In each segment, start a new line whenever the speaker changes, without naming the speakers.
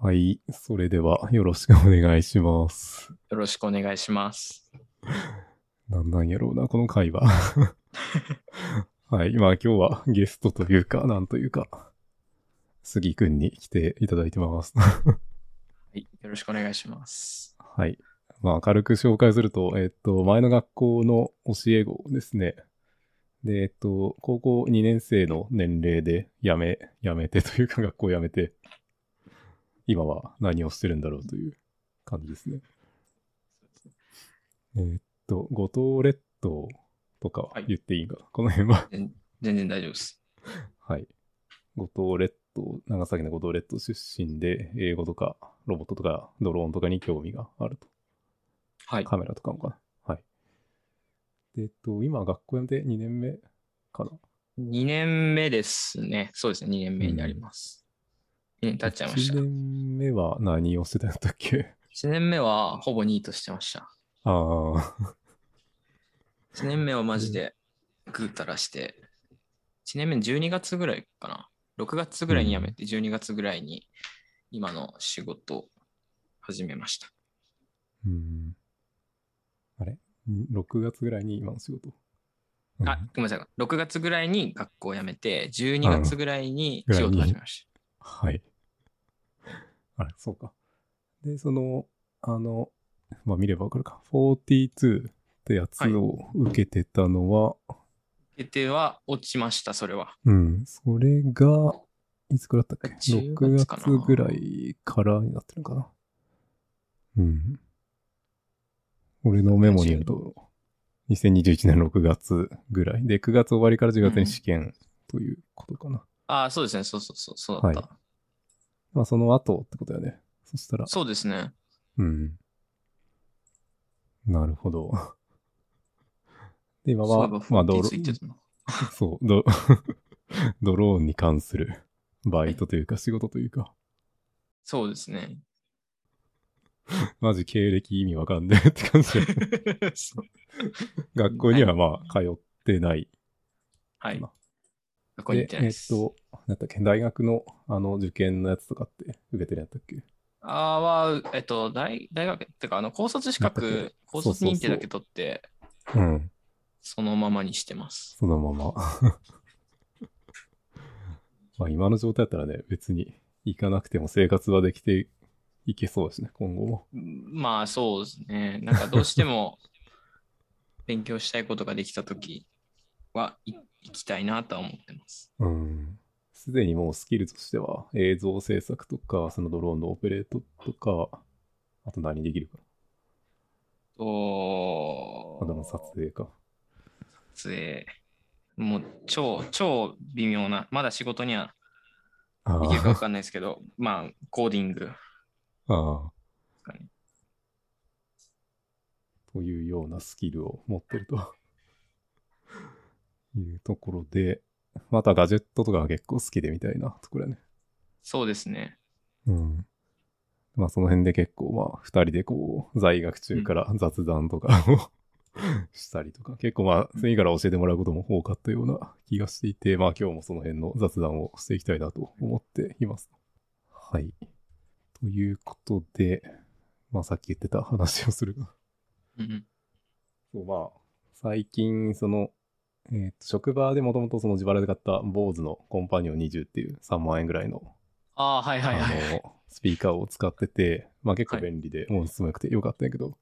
はい。それでは、よろしくお願いします。
よろしくお願いします。
なんなんやろうな、この回は。はい。まあ今日はゲストというか、なんというか、杉くんに来ていただいてます。
はい、よろしくお願いします。
はい。まあ、軽く紹介すると、えっと、前の学校の教え子ですね。で、えっと、高校2年生の年齢で辞め、辞めてというか学校辞めて、今は何をしてるんだろうという感じですね。えっと、五島列島とかは
はい
言っていいんかな、この辺は。
全全然大丈夫です。
はい。五島列島、長崎の五島列島出身で、英語とかロボットとかドローンとかに興味があると。
はい。
カメラとかもかな。はい。で、えっと、今、学校で2年目かな。
2年目ですね。そうですね、2年目になります。2年経っちゃいました。
1
1
年目は何をしてたんだっけ
年目はほぼニートしてました。
ああ、
1年目はマジでぐうたらして、1年目12月ぐらいかな。6月ぐらいに辞めて、12月ぐらいに今の仕事を始めました。
うん。あれ ?6 月ぐらいに今の仕事。うん
あ、ごめんなさい。6月ぐらいに学校を辞めて、12月ぐらいに仕事を始めました。
はい。あれ、そうか。で、その、あの、まあ、見ればわかるか。42ってやつを受けてたのは、
受けては落ちました、それは。
うん。それが、いつからだったっけ
10
?6
月かな
月ぐらいからになってるのかな。うん。俺のメモによると、2021年6月ぐらい。で、9月終わりから10月に試験ということかな。
ああ、そうですね、そうそうそう、そうだった。
はまあ、その後ってことだよね。そしたら、
そうですね。
うん。なるほど。で、今
そうい
は
え
ま
ば、
あ、
フォ
道
ーティー
路
つい、てたな
そう、ド ドローンに関するバイトというか仕事というか、
そうで すね。
マジ経歴意味わかんねえって感じで
そう
学校にはまあ通ってない。
はい
ま。
学校に行ってない
え
で
っ
す。
と、なんだっけ、大学のあの受験のやつとかって受けてるやつだっけ
ああは、えっと、大大学ってか、あの、高卒資
なんだっ
格
け、
高卒認定だけ取って、
うん。
そのままにしてます。
そのま ま。まあ今の状態だったらね、別に行かなくても生活はできていけそうですね、今後も。
まあ、そうですね。なんか、どうし ても、勉強したいことができたときは、い行きたいなとは思ってます。
うん。すでにもうスキルとしては映像制作とか、そのドローンのオペレートとか、あと何できるか。
お
あとの撮影か。
撮影もう超超微妙なまだ仕事には
あ
いけるか
ー
分かんないですけど まあコーディング
あ
かね
ー。というようなスキルを持ってると。 いうところで、またガジェットとかが結構好きでみたいなところやね。
そうですね
うん。まあその辺で結構まあ二人でこう在学中から雑談とかを したりとか、結構まあ次から教えてもらうことも多かったような気がしていて、まあ今日もその辺の雑談をしていきたいなと思っています。はい。ということで、まあさっき言ってた話をするが、
うん
そうまあ最近その、えーと職場でもともとその自腹で買った坊主のコンパニオン20っていう3万円ぐらいの
ああはいはいはい
あの、スピーカーを使ってて、まあ結構便利で、もうすごくてよかったんやけど、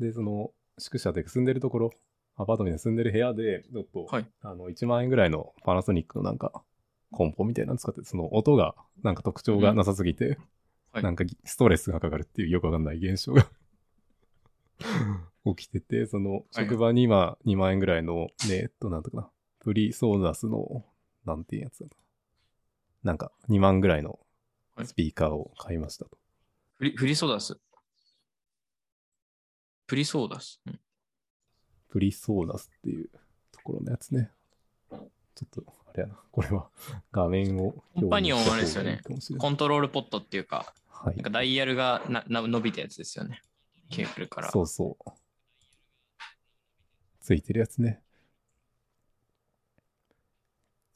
で、その、宿舎で住んでるところ、アパートみたいに住んでる部屋で、ちょっと、
はい
あの、1万円ぐらいのパナソニックのなんか、コンポみたいなの使って、その音が、なんか特徴がなさすぎて、
はい
なんかぎストレスがかかるっていうよくわかんない現象が起きてて、その、
はい
職場に今2万円ぐらいの、ね、えっと、なんとかな、プリソーナスの、なんていうやつだな。なんか、2万ぐらいのスピーカーを買いましたと。
フリフリソーダスプリソーダス、うん
プリソーナスっていうところのやつね。ちょっと、あれやな、これは画面を
コンパニオンはあれですよね
表現した方がいいかもしれない
コントロールポットっていうか
はい
なんかダイヤルがなな伸びたやつですよねケーブルから
そうそう。ついてるやつね。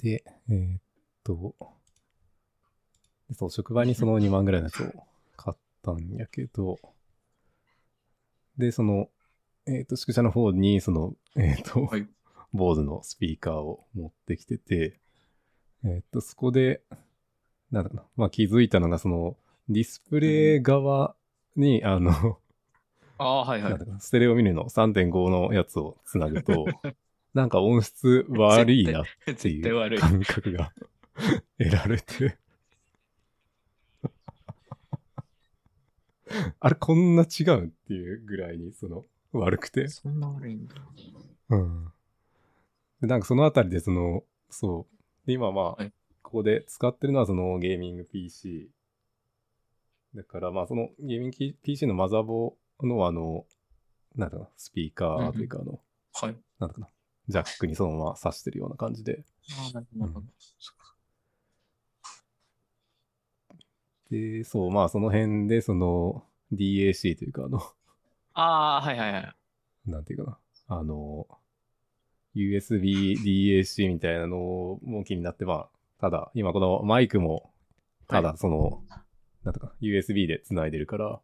で、えーっと、そう、職場にその2万ぐらいのやつを買ったんやけど、で、その、えっ、と、宿舎の方に、その、えっ、と、
はい
坊主のスピーカーを持ってきてて、えっ、と、そこで、なんだかな、まあ気づいたのが、その、ディスプレイ側に、あの、
ああ、はいは
ないん。だかなステレオミルの3.5のやつをつなぐ と、なんか音質悪いなっってい
絶対悪
う
い。
感覚が得られて。 あれ、こんな違うっていうぐらいに、その、悪くて。
そんな悪いんだ。
うん。でなんかそのあたりで、その、そう。で、今まあ
はい、
ここで使ってるのはそのゲーミング PC。だからまあ、そのゲーミング PC のマザボのあの、なんだろうな、スピーカーというか、あの、
はい。
なんだろうな、ジャックにそのまま挿してるような感じで。
ああ、なるほどなるほど。そっか
で、そう、まあその辺で、その DAC というか、あの、
ああ、はいはいはい。
なんていうかな、あの、USB DAC みたいなのも気になって、まあ、ただ、今このマイクも、ただその、なんとか、USB で繋いでるから、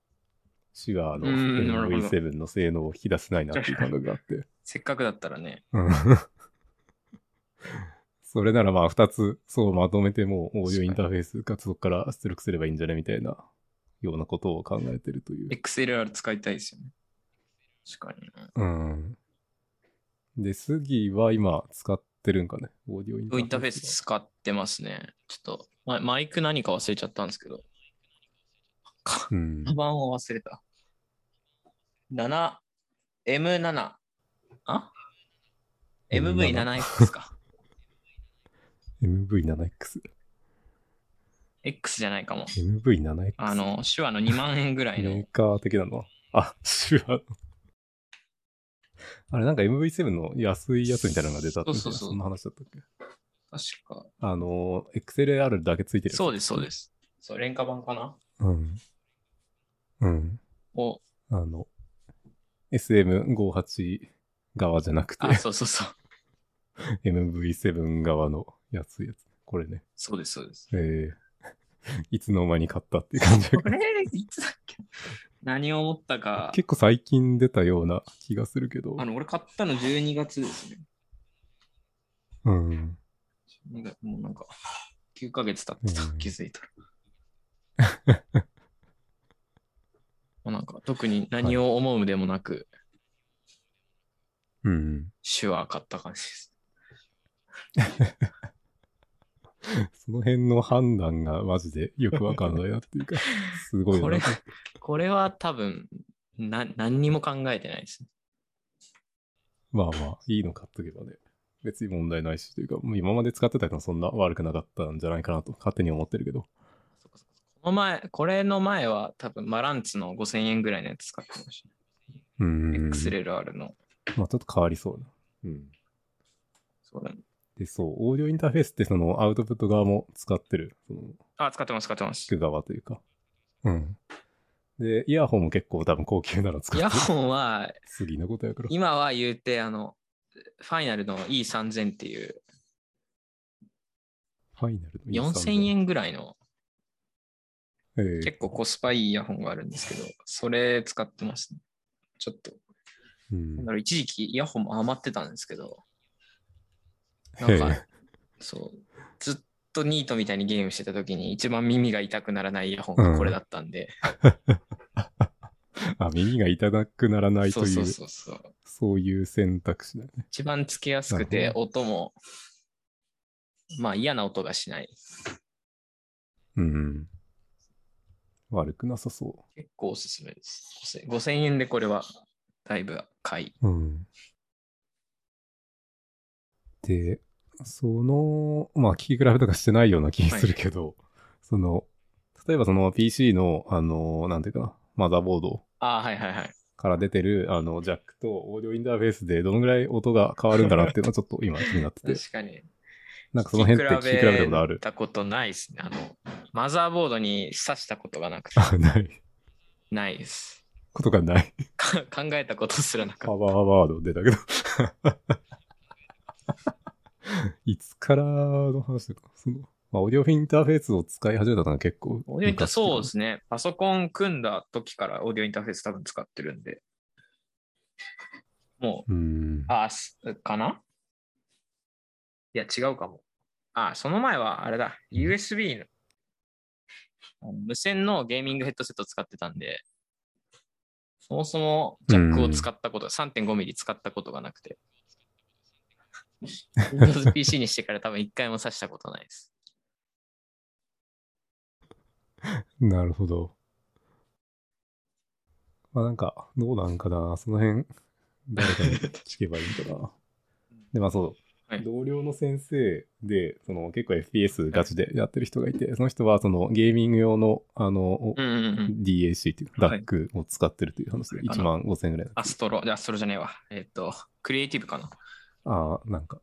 シュガーの
うーんなるほど
MV7 の性能を引き出せないなっていう感覚があ って。
せっかくだったらね。
うんそれならまあ2つ、そうまとめてもうオーディオインターフェースかそこから出力すればいいんじゃねみたいなようなことを考えてるという。
XLR 使いたいですよね。確かにな。
うん。で、スギは今使ってるんかねオーディオインターフェース。
インターフェース使ってますね。ちょっと、ママイク何か忘れちゃったんですけど。か
うん。
カバンを忘れた。7、M7。あ ?MV7X か。
MV7X。
X じゃないかも。
MV7X。
あ、の、手話の2万円ぐらい
メ
の
ー。カー的なのあ、シュアの。あれ、なんか MV7 の安いやつみたいなのが出たってみたいな
そうそうそう
そんな話だったっけ
確か。
あの、XLR だけついてる。
そうです、そうです。そう、廉価版かな
うん。うん。
を、
あの、SM58 側じゃなくて、
あ、そうそうそう。
MV7 側のやつやつ。これね。
そうです、そうです。
えー いつの間に買ったっていう感じだ
こ
けど
れ、いつだっけ何を思ったか。
結構最近出たような気がするけど。
あの、俺買ったの12月ですね。
うん。
12月もうなんか、9ヶ月経ってた
う、ん
気づいたら。もうなんか、特に何を思うでもなく、
うん。
手話買った感じです。
その辺の判断がマジでよくわかんないなっていう か、すごい
こ
な
れ。、これは多分、な何にも考えてないです。
まあまあ、いいの買っとけばね。別に問題ないしというか、もう今まで使ってたやつもそんな悪くなかったんじゃないかなと勝手に思ってるけど。
そっかそっかこの前、これの前は多分、マランツの5000円ぐらいのやつ使ってました。
うん。
XLR の。
まあちょっと変わりそうな。うん。
そうだね
で、そう、オーディオインターフェースってそのアウトプット側も使ってる。その
あ、使ってます、使ってます。
聞く側というか。うん。で、イヤホンも結構多分高級なの使
イ
って
ヤ
る。
ホンは、
次のことやから。
今は言うて、あの、ファイナルの E3000 っていう、
ファイナルの
4000円ぐらいの
ええ
結構コスパいいイヤホンがあるんですけど、それ使ってますね。ちょっと、
うん
なんだろう、一時期イヤホンも余ってたんですけど、な
え
ん
え
か、そう、ずっとニートみたいにゲームしてた時に一番耳が痛くならないイヤホンがこれだったんで、
あ、耳が痛くならない
そ
と
う
いう、そ
そううそうそう。
いう選択肢だね。
一番つけやすく
な
て
る、
音も、まあ嫌な音がしない。
うん。悪くなさそ
結構おすすめです。5000 5000円でこれは、だいぶ買い。
う。うん。で、その、まあ、聞き比べとかしてないような気するけど、その、例えばその PC の、あの、なんていうかな、マザーボード
ああ、はいはいはい。
から出てる、あの、ジャックとオーディオインターフェースでどのぐらい音が変わるんだな っていうのはちょっと今気になってて、
確かに。
なんかその辺って聞き比べたことあ
聞き比べ
る。
たことないですね。あの、マザーボードに刺したことが なくて、
あない。
ないです。
ことがない。
か考えたことすらなか
パ
っ
ワーワード出たけど。 いつからの話だか、その、まあ、オーディオフィンターフェースを使い始めたのは結構昔。
オーディオインターそうですね。パソコン組んだ時からオーディオインターフェース多分使ってるんで。もう、
うん。
あ、すかないや、違うかも。あ、その前はあれだ。USB のあの無線のゲーミングヘッドセット使ってたんで、そもそもジャックを使ったこと、3.5ミリ使ったことがなく て。Windows PC にしてから多分一回も挿したことないです。
なるほど。まあなんか、どうなんかな。その辺、誰かに聞けばいいんか な。で、まあそう。
はい
同僚の先生で、その結構 FPS ガチでやってる人がいて、その人はそのゲーミング用の、あの、お
うんうんうん。
DAC っていう
はい
DAC を使ってるという話で、
あ
1
の
万5000円ぐらい。
アストロ、いやアストロじゃねえわ。えっ、と、クリエイティブかな。
ああ、なんか。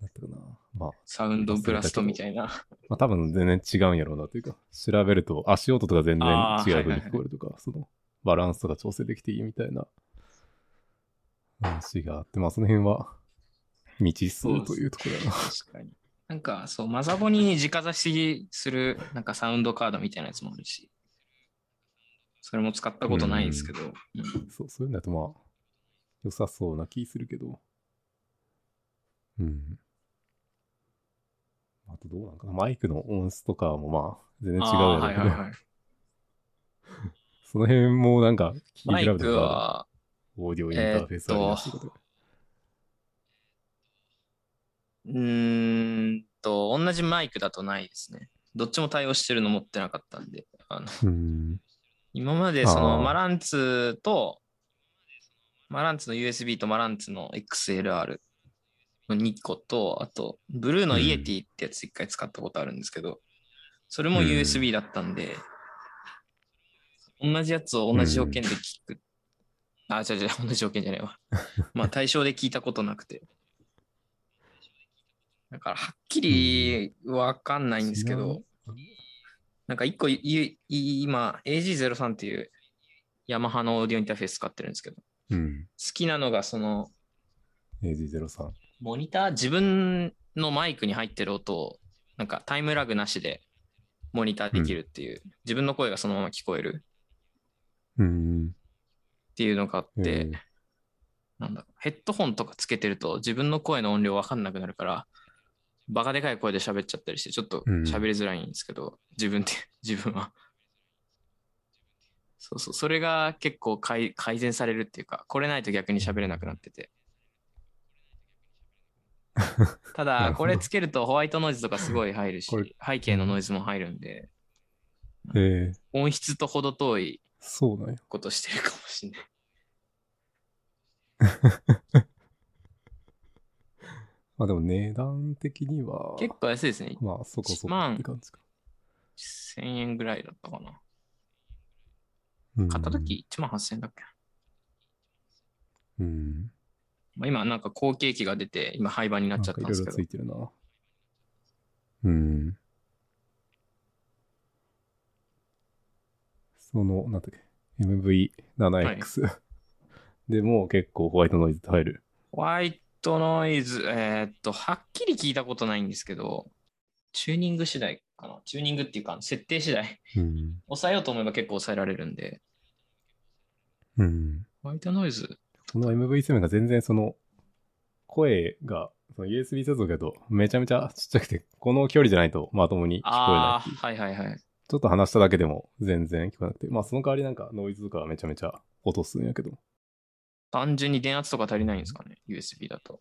なんていうかな。まあ、
サウンドブラストみたいな。
まあ多分全然違うんやろうなというか、調べると足音とか全然
あー
違う風
はいはい
に
はい
聞こえるとか、そのバランスとか調整できていいみたいな話があって、まあその辺は未知数というところだな。
確かに。なんか、そう、マザボに直差しする、なんかサウンドカードみたいなやつもあるし。それも使ったことないんですけど。うん
そう、そういうんだとまあ、良さそうな気するけど。うん。あとどうなんかな、マイクの音質とかもまあ、全然違う
あ
や
ー
ろう
は
け
い
ど、
はい はい。
その辺もなんか、聞
マ
き比べ
イ
て
ク
ら、
は、
オーディオインターフェースありますとかで。
うーんと、同じマイクだとないですね。どっちも対応してるの持ってなかったんで。あの
うん。
今までその
あー
マランツとマランツの USB とマランツの XLR の2個とあとブルーのイエティってやつ1回使ったことあるんですけど、それも
うん
USB だったんで、同じやつを同じ条件で聞く、あ違う違う同じ条件じゃな いわまあ対象で聞いたことなくてだからはっきりわかんないんですけど、なんか一個いいい今 AG03 っていうヤマハのオーディオインターフェース使ってるんですけど
う
好
ん。
きなのがその
AG03。
モニター自分のマイクに入ってる音をなんかタイムラグなしでモニターできるっていう、自分の声がそのまま聞こえる
うん。
っていうのがあっ
え
て、
ー
なんだろうヘッドホンとかつけてると自分の声の音量わかんなくなるからバカでかい声で喋っちゃったりしてちょっと
うん
喋りづらいんですけど、自分で 自分はそうそうそれが結構改改善されるっていうかこれないと逆に喋れなくなっ てて
なる
ただ
ほど
これつけるとホワイトノイズとかすごい入るし
これ
背景のノイズも入るんで
えー
音質と程遠い
そうなんや。
ことしてるかもしれない
まあでも値段的には、
結構安いですね
まあそこそこ
1万
って感じか。
1000円ぐらいだったかな
うん
買った時1万8000円だっけ、
うん。
まあ、今なんか後継機が出て今廃盤にな
な
っ
ん
ちゃ
か
った
い
ん
ろ
で
い
す
ろ
け
つい
ど
てるな。うん。その、なんだっけ、MV7X、でも結構ホワイトノイズ入る。
ホワイトノイズえーっとはっきり聞いたことないんですけどチューニング次第かなチューニングっていうか設定次第
うん。
抑えようと思えば結構抑えられるんで
うん。
ホワイトノイズ
この MV7 が全然その、声が、その USB 接続だとめちゃめちゃちっちゃくて、この距離じゃないとまともに聞こえない
あ。あはいはいはい
ちょっと話しただけでも全然聞こえなくて、まあその代わりなんかノイズとかはめちゃめちゃ落とすんやけど。
単純に電圧とか足りないんですかね USB だと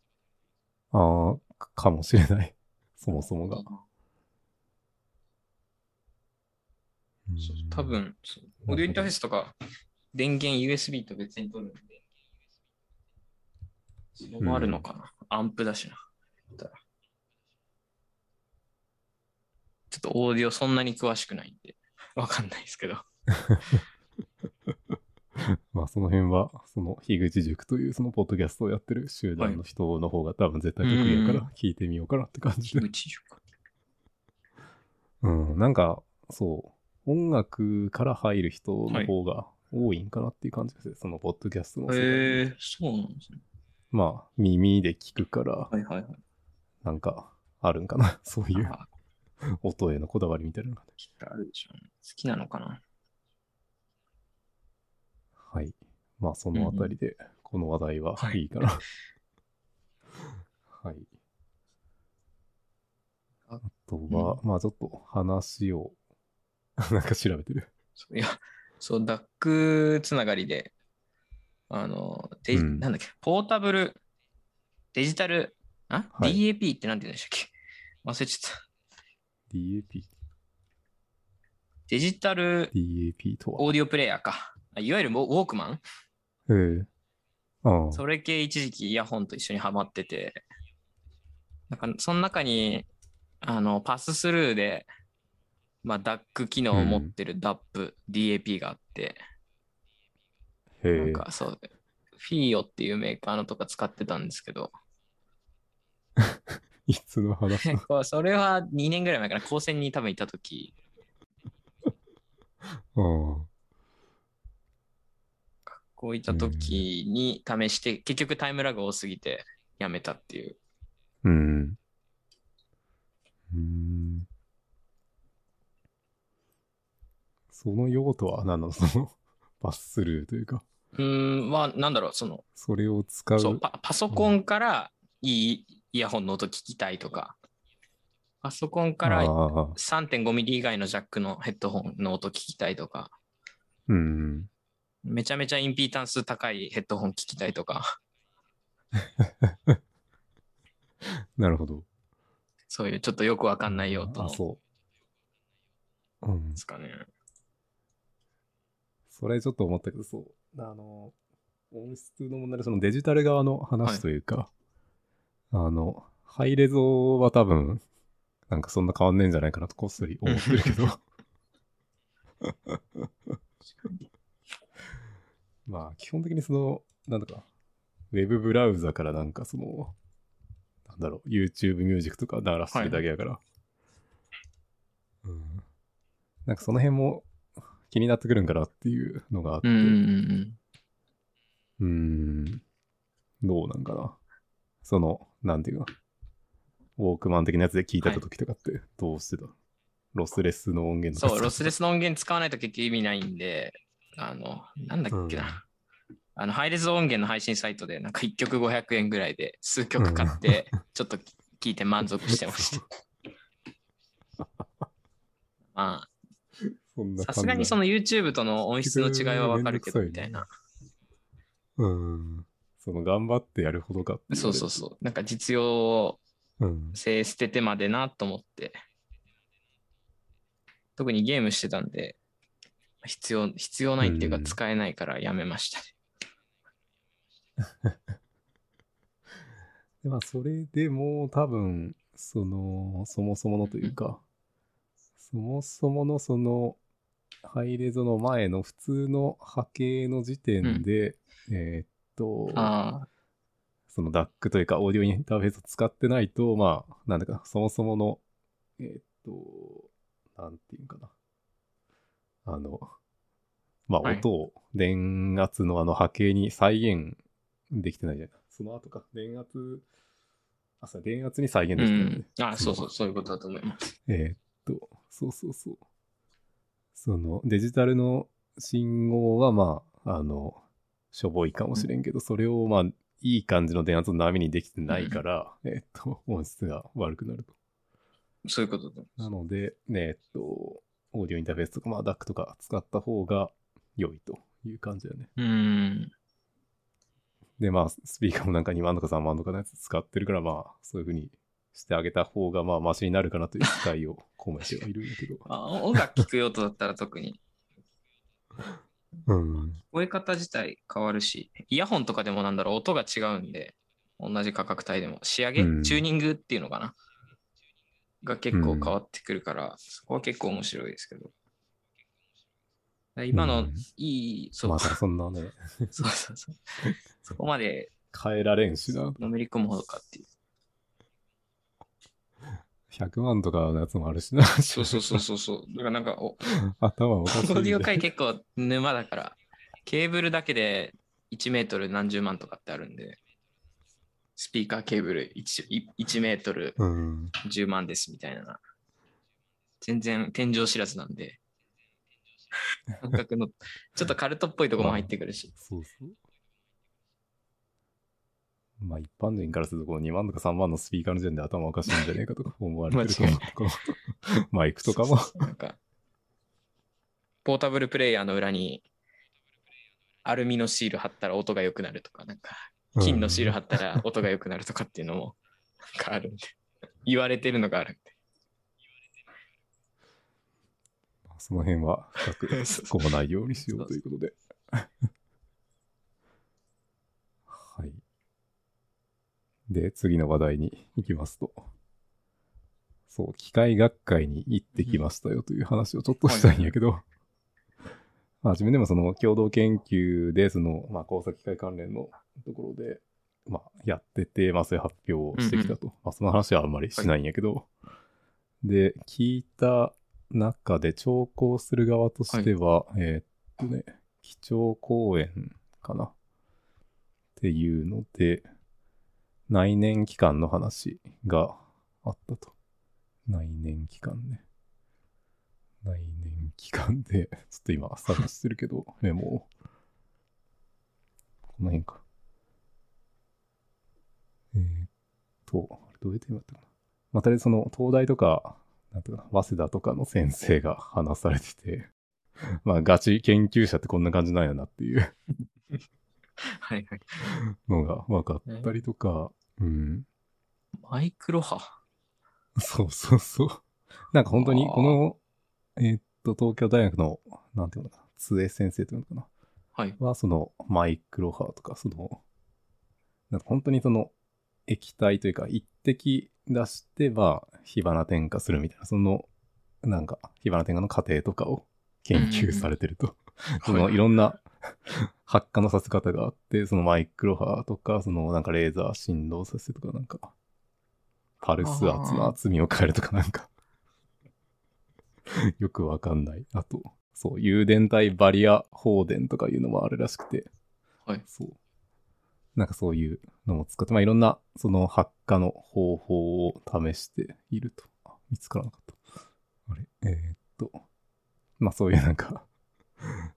ああ、かもしれない。 そもそもが。
そう多分そうオーディオインターフェースとか電源 USB と別に取るんでそれもあるのかな、アンプだしなだからちょっとオーディオそんなに詳しくないんでわかんないですけ ど
まあその辺は、その樋口塾というそのポッドキャストをやってる集団の人の方が多分絶対得意やか
うん
ら聞いてみようかなって感じで。
口塾
うん、なんかそう、音楽から入る人の方が多いんかなっていう感じですね。そのポッドキャストの世界に。
へえそうなんですね
まあ耳で聞くから、
はいはいはい
なんか、あるんかな。 そういう
あ
音へのこだわりみたいなのがね。
きっとあるでしょうね。好きなのかな。
はい。まあ、そのあたりで、この話題は
はい
いいかな。はい。あとは、まあ、ちょっと話を、 なんか調べてる。
そういや、そう、ダックつながりで、あの、デジ
うん
なんだっけ、ポータブル、デジタル、あ、
はい
?DAP ってなんて言うんでしたっけ忘れちゃった。
DAP。
デジタル
DAP とは。
オーディオプレイヤーか。あいわゆるウォウォークマン
ええああ。
それ系一時期イヤホンと一緒にハマってて、なんかその中に、あの、パススルーで、まあ、DAC 機能を持ってる DAP、DAP があって、
へ
なん
え。
かそう、フィーオっていうメーカーのとか使ってたんですけど、
いつの話だ
こうそれは2年ぐらい前から高専に多分いた時
ああ。
こういった時に試して、結局タイムラグ多すぎてやめたっていう
うん。うーん。その用途は何なのその、パススルーというか、
うーんまあなんだろうその
それを使う。
そうパパソコンからいいイヤホンの音聞きたいとかパソコンか
あ
ら
あ
3.5ミリ以外のジャックのヘッドホンの音聞きたいとか
うん。
めちゃめちゃインピータンス高いヘッドホン聞きたいとか
なるほど。
そういうちょっとよくわかんない用途
あ、
ので
そう。うん。
すかね
それちょっと思ったけど、そう。あの、音質の問題で、そのデジタル側の話というか、あの、ハイレゾは多分、なんかそんな変わんねえんじゃないかなとこっそり思ってるけど。 まあ、基本的にその、なんだか、ウェブブラウザからなんかその、なんだろう、YouTube ミュージックとか鳴らしてるだけだから。うん。なんかその辺も気になってくるんかなっていうのがあって。
うんうんうん
うーん。どうなんかな。その、なんていうか、ウォークマン的なやつで聞いてた時とかってどうしてた、ロスレスの音源とか
そう、ロスレ
ス。
スの音源使わないと結局意味ないんで、あの、なんだっけな。
うん
あの、ハイレゾ音源の配信サイトで、なんか1曲500円ぐらいで数曲買って、ちょっと聞いて満足してま した。ま
そんな
あ、
感じ
さすがにその YouTube との音質の違いはわかるけど、みたいな。
うん。その頑張ってやるほどかってい
そうそうそう。なんか実用
う。うん。
性捨ててまでなと思って。特にゲームしてたんで、必要、必要ないっていうか
うん
使えないからやめましたね。
でまあ、それでも多分、その、そもそものというか、そもそものその、ハイレゾの前の普通の波形の時点で、えーっと、
ああ、
その DAC というか、オーディオインターフェースを使ってないと、まあ、なんだか、そもそもの、えーっと、なんていうんかな。あの、まあ、
はい
音を電圧のあの波形に再現できてないじゃないその後か、電圧、あ、そう、電圧に再現できてない、ね
うん、あそうそう、
そ
そういうことだと思います。
のえーっと、そうそうそう。その、デジタルの信号は、まあ、あの、しょぼいかもしれんけど、それを、まあ、いい感じの電圧の波にできてないから、えっと、音質が悪くなると。
そういうことだと思
ない
ま
ので、ねえっと、オーディオインターフェースとか、まあ、DAC とか使った方が良いという感じだよね。
す。うん。
で、まあ、スピーカーもなんか2万とか3万とかのやつ使ってるから、まあ、そういう風にしてあげた方が、まあ、マシになるかなという期待を込めてはいるんだけど。
あ音楽聴く用途だったら特に、
うん。
声方自体変わるし、イヤホンとかでもなんだろう、音が違うんで、同じ価格帯でも、仕上げ、
うん
チューニングっていうのかなが結構変わってくるから、そこは結構面白いですけど。今
う
の
ん
いい、そう
まあ、そんなね、
そうそうそう。そこまで
変えられんしな。
のめり込むほどかっていう。
100万とかのやつもあるしな。
そうそうそうそうそう。だからなんか、お
頭おか し
オ
いんだよ。
ーディオ界結構沼だから、ケーブルだけで1メートル何十万とかってあるんで、スピーカーケーブル 1, 1メートル
うん。
10万ですみたいな。全然天井知らずなんで。 感覚の、ちょっとカルトっぽいとこも入ってくるし。
そうそう。まあ一般人からするとこの2万とか3万のスピーカーの時点で頭おかしいんじゃねえかとか思われてると 思う
間
このマイクとかも
そう。そうそうなんか、ポータブルプレイヤーの裏に、アルミのシール貼ったら音が良くなるとか、なんか、 金のシール貼ったら音が良くなるとかっていうのも、なんかあるんで。言われてるのがあるんで。
まあその辺は深く突っ込まないようにしようということで。 はい。で、次の話題に行きますと。そう、機械学会に行ってきましたよという話をちょっとしたいんやけど。 まあ自分でもその共同研究で、その、まあ工作機械関連のところで、まあやってて、まあそういう発表をしてきたと。まあその話はあんまりしないんやけど。で、聞いた中で調校する側としては、えーっとね、基調講演かなっていうので、内燃機関の話があったと。内燃機関ね。内燃機関で、 ちょっと今探してるけど、メモを。この辺か。えーっと、あれどうやって今やったかな。まあ、とりあえずその、東大とか、なんていうかな、早稲田とかの先生が話されてて、 まあ、ガチ研究者ってこんな感じなんやなっていう。
はいはい。
のが分かったりとか、うん。
マイクロ波。
そうそうそう。なんか本当に、この、えーっと、東京大学の、なんていうのかな、津江先生というのかな、
はい。
は、その、マイクロ波とか、その、なんか本当にその、液体というか、一滴出しては、火花点火するみたいな、その、なんか、火花点火の過程とかを研究されてると。そのいろんな 発火のさせ方があって、そのマイクロ波とか、そのなんかレーザー振動させるとか、なんか、パルス圧の厚みを変えるとか、なんか、 よくわかんない。あと、そう、誘電体バリア放電とかいうのもあるらしくて、
はい
そう。なんかそういうのも使って、まあいろんなその発火の方法を試していると。あ見つからなかった。あれえーっと、まあそういうなんか、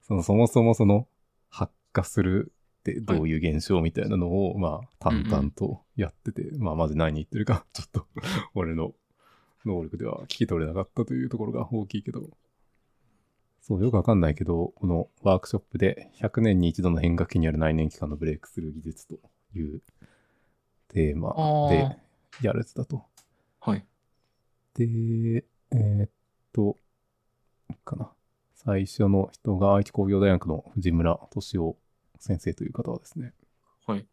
そのそもそもその発火するってどういう現象みたいなのを、まあ淡々とやってて、まあマジ何言ってるか、ち ょっと俺の能力では聞き取れなかったというところが大きいけど、そう、よくわかんないけど、このワークショップで100年に一度の変革期にある内燃機関のブレイクする技術というテーマでやるやつだと。
はい。
で、えーっと、かな。最初の人が愛知工業大学の藤村敏夫先生という方はですね。
はい。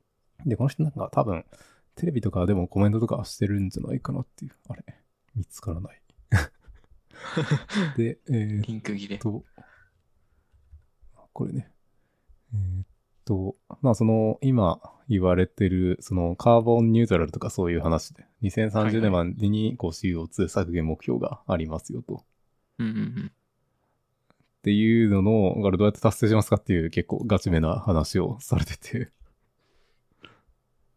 で、この人なんか多分、テレビとかでもコメントとかしてるんじゃないかなっていう。あれ見つからない。で、えーっ
リンク切れ。
と、あこれね。えーっと、まあその今言われてる、そのカーボンニュートラルとかそういう話で、2030年までにこう CO2 削減目標がありますよと。っ
うんうんうん。
ていうのの、これどうやって達成しますかっていう結構ガチめな話をされて て。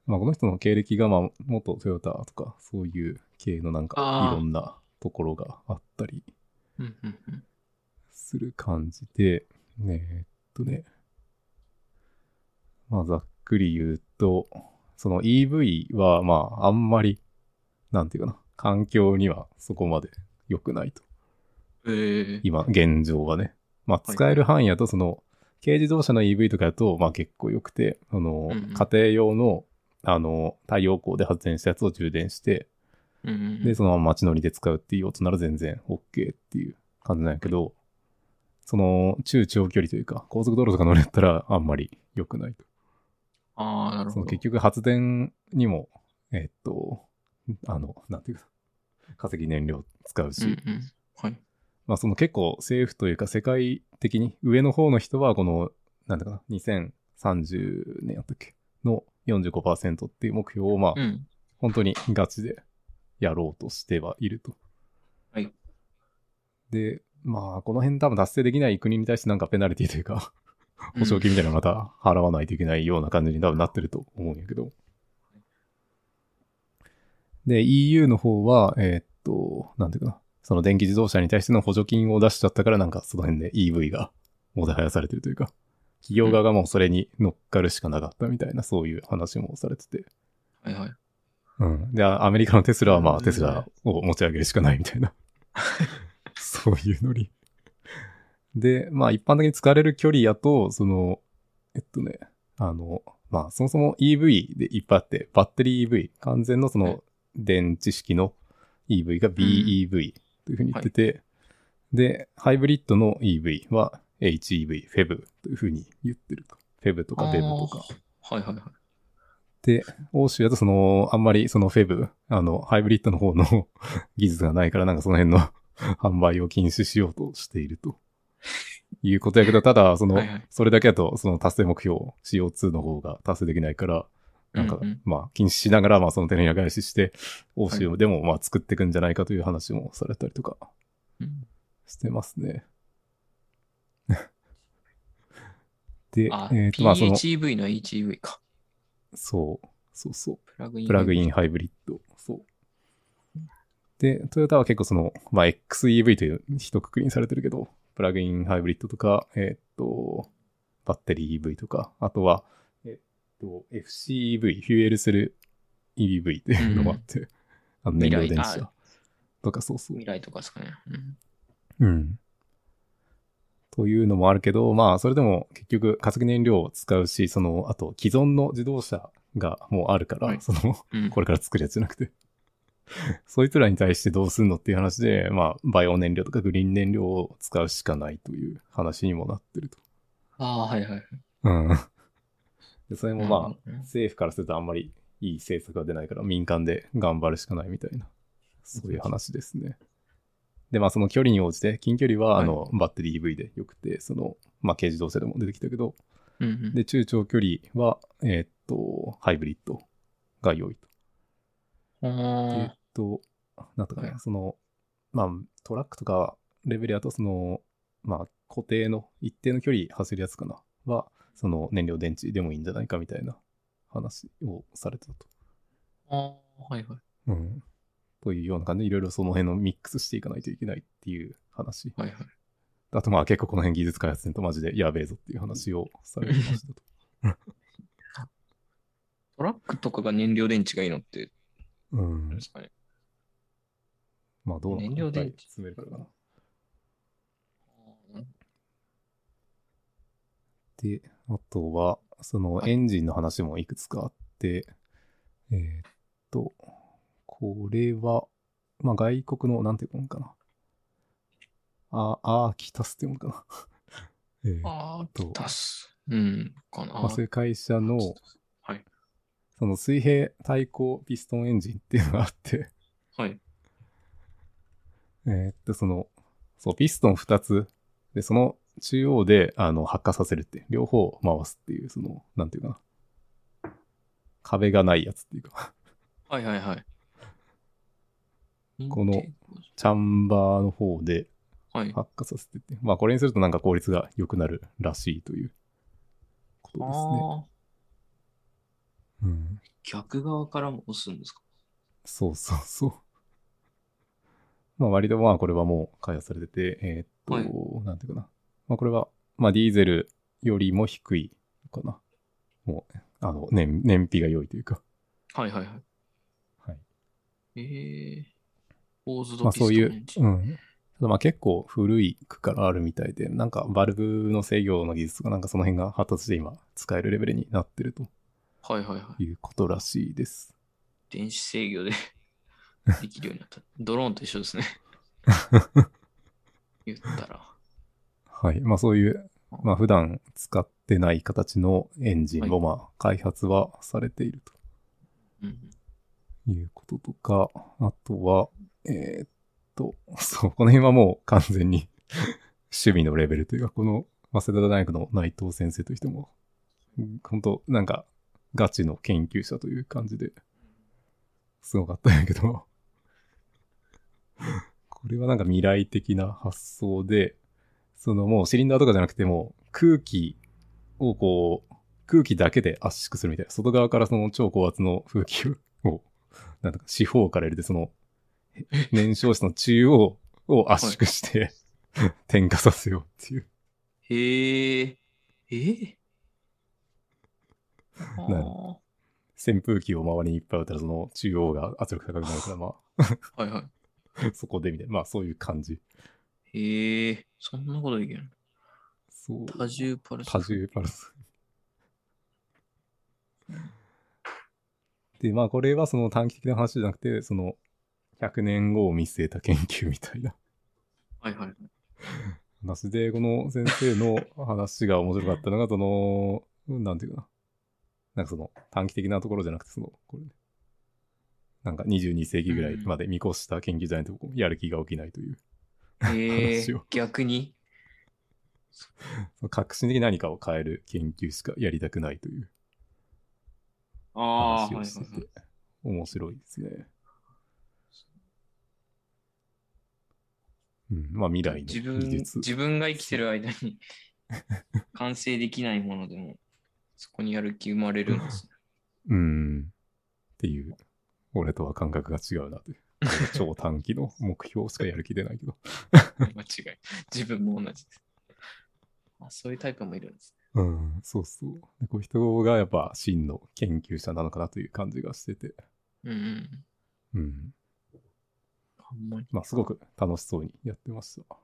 まあこの人の経歴が、まあ元トヨタとかそういう系のなんか
あー
いろんなところがあったり。
うんうんうん。
する感じで、ねえっとね、まあざっくり言うと、その EV はまああんまり、なんていうかな、環境にはそこまで良くないと。
えー、
今、現状はね。まあ
はい
使える範囲やと、その、軽自動車の EV とかだと、まあ結構良くて、あの
うんうん、
家庭用の、あの、太陽光で発電したやつを充電して、
うんうんうん
で、そのまま街乗りで使うっていう音なら全然 OK っていう感じなんやけど、その中長距離というか、高速道路とか乗れたらあんまり良くないと。
ああ、なる
そ
ほ
の
ど。
結局発電にも、えっと、あの、なんていうか、化石燃料使うし、
うんうん、はい。
まあその結構政府というか世界的に上の方の人はこの、なんだかな、2030年やったっけの45%っていう目標をまあ
うん。
本当にガチでやろうとしてはいると。
はい。
で、まあ、この辺多分達成できない国に対してなんかペナルティというか、保証金みたいなのまた払わないといけないような感じに多分なってると思うんやけど。で、EU の方は、えーっと、なんていうかな、その電気自動車に対しての補助金を出しちゃったから、なんかその辺で EV がもてはやされてるというか、企業側がもうそれに乗っかるしかなかったみたいな、そういう話もされてて。
はいはい。
うん。で、あアメリカのテスラはま
う
あ、
ん
テスラを持ち上げるしかないみたいな。 そういうノリ。で、まあ、一般的に使われる距離やと、その、えっとね、あの、まあ、そもそも EV でいっぱいあって、バッテリー EV、完全のそ
はい
の電池式の EV が BEV というふうに言ってて、で、ハイブリッドの EV は HEV、FEV というふうに言ってると。FEV とか BEV とか。
はいはいはい。
で、欧州だとその、あんまりそのフェブ、あの、ハイブリッドの方の 技術がないから、なんかその辺の 販売を禁止しようとしていると。いうことやけど、ただ、その、
はいはい
それだけだと、その達成目標、CO2 の方が達成できないから、なんか、
うんうん
まあ、禁止しながら、まあ、その手のひら返しして、欧州でも、まあ、作っていくんじゃないかという話もされたりとか
うん
してますね。 で、
あ、
えっ、と、まあ、その、
PHEV の HEV か。
そう、そうそう。
プラグイン。
プラグインハイブリッド。そう。で、トヨタは結構その、まあ、XEV という一括りにされてるけど、プラグインハイブリッドとか、えーっと、バッテリー EV とか、あとは、えーっと、FCEV、フューエルセル EV っていうのがあって、あの燃料電
未来
池とか、そうそう
未。来とかですかね。うん
うん。というのもあるけど、まあ、それでも結局化石燃料を使うし、その、あと既存の自動車がもうあるから、
はい
その、
う ん。
これから作るやつじゃなくて。 そいつらに対してどうすんのっていう話で、まあ、バイオ燃料とかグリーン燃料を使うしかないという話にもなってると。
ああー、はいはい。
うん。で、それもま
うん
あ、政府からするとあんまりいい政策が出ないから、民間で頑張るしかないみたいな、そういう話ですね。で、まあ、その距離に応じて、近距離は、あの、バッテリー EV でよくて、その、まあ、軽自動車でも出てきたけど、
うんうん。
で、中長距離は、えーっと、ハイブリッドが良いと。
あ
えー
ー
っと、なんとかね、
はい
その、まあ、トラックとかレベルやと、その、まあ、固定の、一定の距離走るやつかな、は、その燃料電池でもいいんじゃないかみたいな話をされてたと。
あー、はいはい。
うん。というような感じで、いろいろその辺のミックスしていかないといけないっていう話。
はいはい。
あと、まあ、結構この辺技術開発せんとマジでやべえぞっていう話をされてましたと。
トラックとかが燃料電池がいいのって、
う
なん
ん
で。すかね。
まあ、どうなの
燃料電池
いっぱい詰めるからかな。で、あとは、その
はい
エンジンの話もいくつかあって、えーっと、これは、まあ外国の、なんていうのかな。あ、アーキタスって読むかな。 えー
ああ、
と
出す。うん。か
まあ、
な。
そういう会社の、
はい。
その水平対向ピストンエンジンっていうのがあって、
はい。
えーっと、その、そう、ピストン2つ、で、その中央で、あの、発火させるって、両方回すっていう、その、なんていうかな。壁がないやつっていうか、
はいはいはい。
このチャンバーの方で
はい。
発火させてって、まあ、これにするとなんか効率が良くなるらしいということですね。
ああ、
うん、
逆側からも押すんですか
そうそうそう。まあ、割とまあ、これはもう開発されてて、えーっと、なんていうかな。まあ、これは、まあ、ディーゼルよりも低いのかな。もう、あの、燃燃費が良いというか。
はいはいは
はい。
い。ええオーズ
ま
ド
あ
ピスト
そう
ン
い
エン
う、
ジン。
うん。ただまあ結構古い区からあるみたいで、なんかバルブの制御の技術とかなんかその辺が発達して今使えるレベルになってると
はいはいはい。
いうことらしいです。
電子制御で できるようになった。ドローンと一緒ですね。言ったら。
はい。まあそういう、まあ普段使ってない形のエンジンをまあ開発はされていると。
うん。
いうこととか、あとは、えーっと、そう、この辺はもう完全に 趣味のレベルというか、この早稲田大学の内藤先生としても、本当なんか、ガチの研究者という感じで、すごかったんやけど、 これはなんか未来的な発想で、そのもうシリンダーとかじゃなくても、空気をこう、空気だけで圧縮するみたいな。外側からその超高圧の空気をなんだか四方から入れて、その、燃焼室の中央を圧縮して、 点火させようっていう。
へえ。えあーは
扇風機を周りにいっぱい打ったら、その中央が圧力高くなるから、ま
いは
あ、 そこでみたいな。まあ、そういう感じ。
い。へえ。そんなことできるの
そう。
多重パルス。
多重パルス。で、まあ、これはその短期的な話じゃなくて、その、100年後を見据えた研究みたいな
はいはいはい。
話で、この先生の話が面白かったのが、その、うんなんていうかな。なんかその、短期的なところじゃなくて、その、これね。なんか22世紀ぐらいまで見越した研究じゃないと、やる気が起きないという。
へえ
話を。
逆に。
その革新的に何かを変える研究しかやりたくないという
ああ、はい
話
は
を
い
して
は
て、
い。
面白いですね。うん、まあ未来
自
の
分
技術。
自分が生きてる間 に完成できないものでも、そこにやる気生まれるんですね。
うん。っていう、俺とは感覚が違うな という。超短期の目標しかやる気出ないけど。
間違い。自分も同じです。あそういうタイプもいるんですね。
うん、そうそう。でこういう人がやっぱ真の研究者なのかなという感じがしてて。
うんうん。
うん。
あんまり。
まあ、すごく楽しそうにやってました。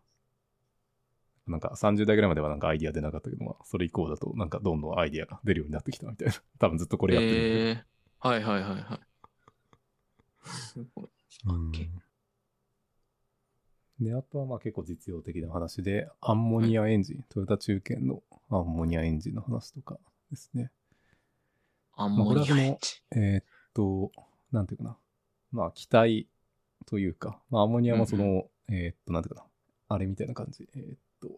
なんか30代ぐらいまではなんかアイディア出なかったけど、まあ、それ以降だとなんかどんどんアイディアが出るようになってきたみたいな。 多分ずっとこれやってるんで。
えーはいはいはいはい。すごい。
うんで、あとはまあ結構実用的な話で、アンモニアエンジン、トヨタ中堅のアンモニアエンジンの話とかですね。
あんまり
まあこれはもうえーっと、なんていうかな。まあ、気体というか、まあ、アンモニアもその、
うん
えーっと、なんていうかな。あれみたいな感じ。えーっと、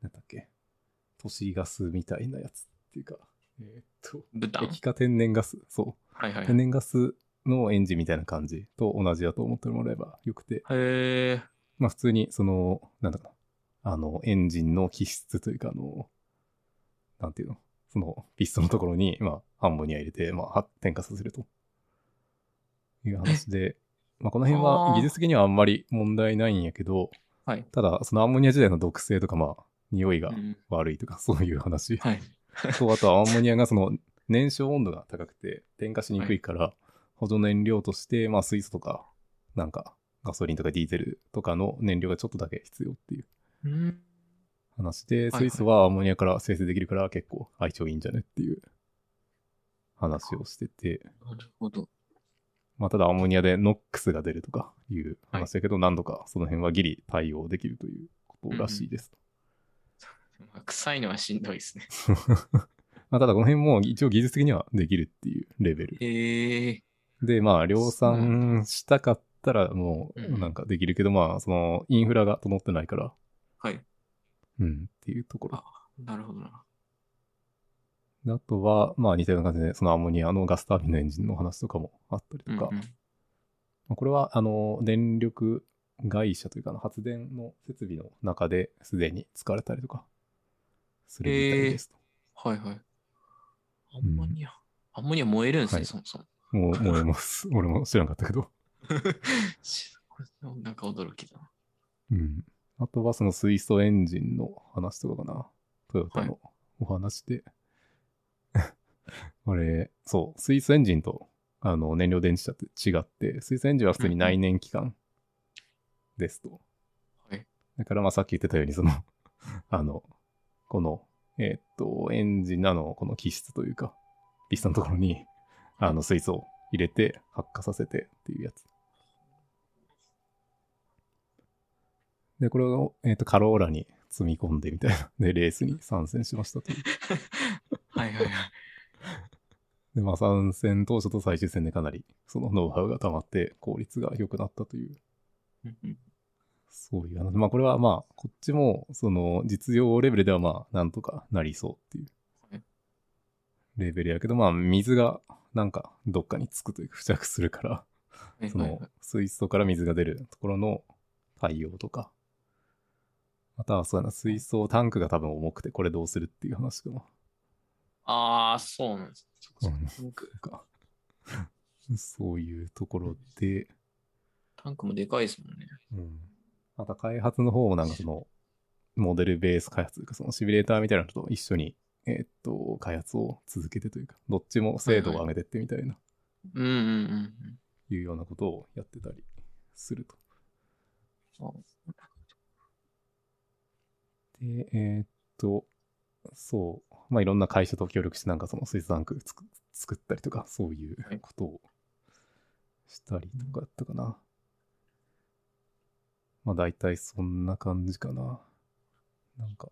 なんだっけ。都市ガスみたいなやつっていうか、えーっと、
豚。
液化天然ガス。そ
はいは
う。
い。
天然ガスのエンジンみたいな感じと同じだと思ってもらえばよくて、
へえ。
まあ、普通に、その、なんだかな。あの、エンジンの気質というか、あの、なんていうの。その、ピストンのところに、まあ、アンモニア入れて、まあ、は点火させると。いう話 で、まあ、この辺
あ
は
ー
技術的にはあんまり問題ないんやけど、
はい
ただ、そのアンモニア自体の毒性とか、まあ、匂いうが
ん
悪いとか、そういう話。
はい。
と、あとはアンモニアがその、燃焼温度が高くて、点火しにくいから、補助燃料として、まあ、水素とか、なんか、ガソリンとかディーゼルとかの燃料がちょっとだけ必要っていう
うん
話で、
いはい
水素はアンモニアから生成できるから結構相性いいんじゃねっていう話をしてて、
なるほど。
まあ、ただアンモニアでノックスが出るとかいう話だけど、何度かその辺はギリ対応できるということらしいです。
まあ臭いのはしんどいですね。
まあ、ただこの辺も一応技術的にはできるっていうレベル。
へえ。
で、まあ、量産したかったら、も
う
う、
ん
なんかできるけど、まあ、その、インフラが整ってないから、
はい。
うん、っていうところ。
なるほどな。
であとは、まあ、似たような感じで、そのアンモニアのガスタービンのエンジンの話とかもあったりと
うんう
か、
ん
まあこれは、あの、電力会社というか、あの発電の設備の中ですでに使われたりとか、するみたいですと。
はいはい。アンモニア。アンモニア燃えるんですね、
はい
そも そも。
もう、燃えます。 俺も知らなかったけど。
しこれなんか驚きだな。
うん。あとはその水素エンジンの話とかかな。トヨタのお話で。 これ、そう、水素エンジンとあの燃料電池車って違って、水素エンジンは普通に内燃機関ですと。
はい
だからまあさっき言ってたように、その、 あの、この、えーっと、エンジンなの、この気質というか、ピストンのところに、あの、水素を入れて発火させてっていうやつ。で、これを、えーっと、カローラに積み込んでみたいな。 で、レースに参戦しましたという。
はいはいはい。
で、まあ、参戦当初と最終戦でかなり、そのノウハウが溜まって、効率が良くなったという、
うんうん
そういう話。まあ、これはまあ、こっちも、その、実用レベルではまあ、なんとかなりそうっていう
はい。
レベルやけど、まあ、水が、なんか、どっかにつくというか、付着するから、
はい
そ
はい
の
はい、
水素から水が出るところの対応とか、または、そうだな、水槽タンクが多分重くて、これどうするっていう話かな。
ああ、そうなんです。そこそこ
うん
僕
なんかそういうところで、
タンクもでかいですもんね。
うん。また開発の方もなんかその、モデルベース開発というか、そのシミュレーターみたいなのと一緒に、えーっと、開発を続けてというか、どっちも精度を上げてってみたいな、
うんうんうん
いうようなことをやってたりすると。
うん。あ
で、えーっと、そう、まあ、いろんな会社と協力して、なんかそのスイスタンクつく作ったりとか、そうい
はいう
ことをしたりとかだったかな。まあ、大体そんな感じかな。なんか、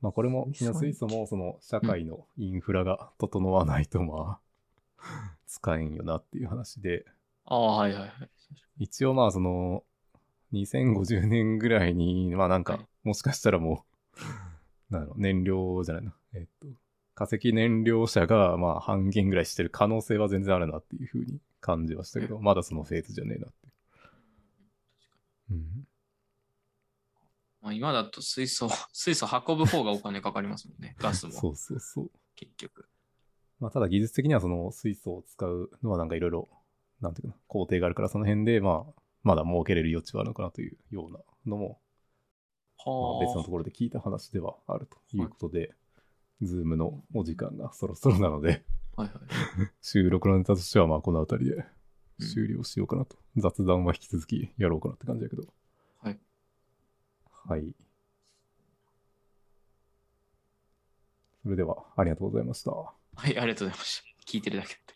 まあ、これも、
スイスタンク
スイスも、その、社会のインフラが整わないと、まあ、使えんよなっていう話で、
あー、はいはいはい。
一応まあその2050年ぐらいにまあなん
は
か
い
もしかしたらも うなんだろう燃料じゃないなえっと化石燃料車がまあ半減ぐらいしてる可能性は全然あるなっていうふうに感じはしたけどまだそのフェーズじゃねえなってうん
まあ、今だと水素、 水素運ぶ方がお金かかりますもんね。ガ
そ
スも、
うそうそう
結局。
まあただ技術的にはその水素を使うのはなんかいろいろなんていうかな工程があるからその辺でまあまだ儲けれる余地はあるのかなというようなのもまあ別の
は
ところで聞いた話ではあるということで、ズームのお時間がそろそろなの で、
あ。はいはい。
収録のネタとしてはまあこの辺りで
うん
終了しようかなと。雑談は引き続きやろうかなって感じだけど。
はい。
はい。それでは、ありがとうございました。
はい、ありがとうございました。聞いてるだけだった。